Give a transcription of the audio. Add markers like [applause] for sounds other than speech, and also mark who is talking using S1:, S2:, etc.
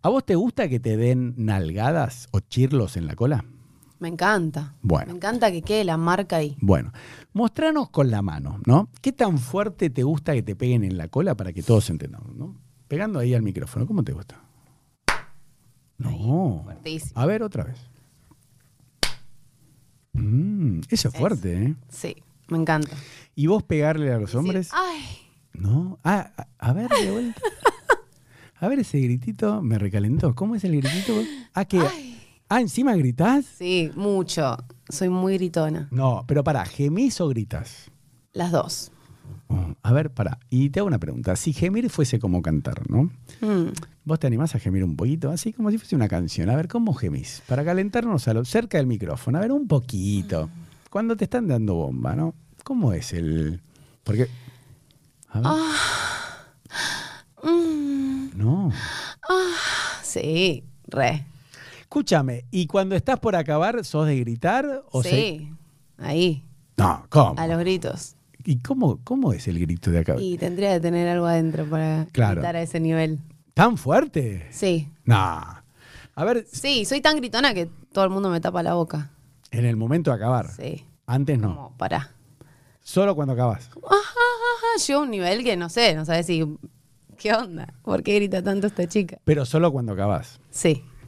S1: ¿A vos te gusta que te den nalgadas o chirlos en la cola?
S2: Me encanta.
S1: Bueno.
S2: Me encanta que quede la marca ahí.
S1: Bueno, mostranos con la mano, ¿no? ¿Qué tan fuerte te gusta que te peguen en la cola para que todos entendamos, ¿no? Pegando ahí al micrófono, ¿cómo te gusta? No.
S2: Fuertísimo.
S1: A ver, otra vez. Mm, eso es fuerte, ¿eh?
S2: Sí, me encanta.
S1: ¿Y vos pegarle a los hombres?
S2: Sí. Ah. Ay,
S1: No. Ah, a- a ver, de
S2: [laughs]
S1: vuelta. A ver, ese gritito me recalentó. ¿Cómo es el gritito? Ah, que. Ah, encima gritás.
S2: sí, mucho. Soy muy gritona.
S1: No, pero pará, ¿gemís o gritas?
S2: Las dos.
S1: Oh, A ver, pará. Y te hago una pregunta. Si gemir fuese como cantar, ¿no?
S2: Mm.
S1: ¿Vos te animás a gemir un poquito? Así como si fuese una canción. A ver, ¿cómo gemís? Para calentarnos a lo, cerca del micrófono. A ver, un poquito. Cuando te están dando bomba, ¿no? ¿Cómo es el...? Porque... A ver.
S2: Ah.
S1: No.
S2: Mm. Ah, Sí, re.
S1: Escúchame, ¿y cuando estás por acabar, sos de gritar o
S2: sí,
S1: se-
S2: ahí,
S1: No, ¿cómo?
S2: a los gritos.
S1: ¿Y cómo, cómo es el grito de acabar?
S2: Y tendría que tener algo adentro para
S1: Claro.
S2: gritar a ese nivel.
S1: ¿Tan fuerte?
S2: Sí.
S1: No. A ver,
S2: Sí, soy tan gritona que todo el mundo me tapa la boca.
S1: en el momento de acabar.
S2: Sí.
S1: Antes Ah. no.
S2: Como, pará.
S1: Solo cuando acabas.
S2: Ajá, ajá, Llegó a un nivel que no sé, no sabes si. ¿Qué onda? ¿Por qué grita tanto esta chica?
S1: Pero solo cuando acabas.
S2: Sí.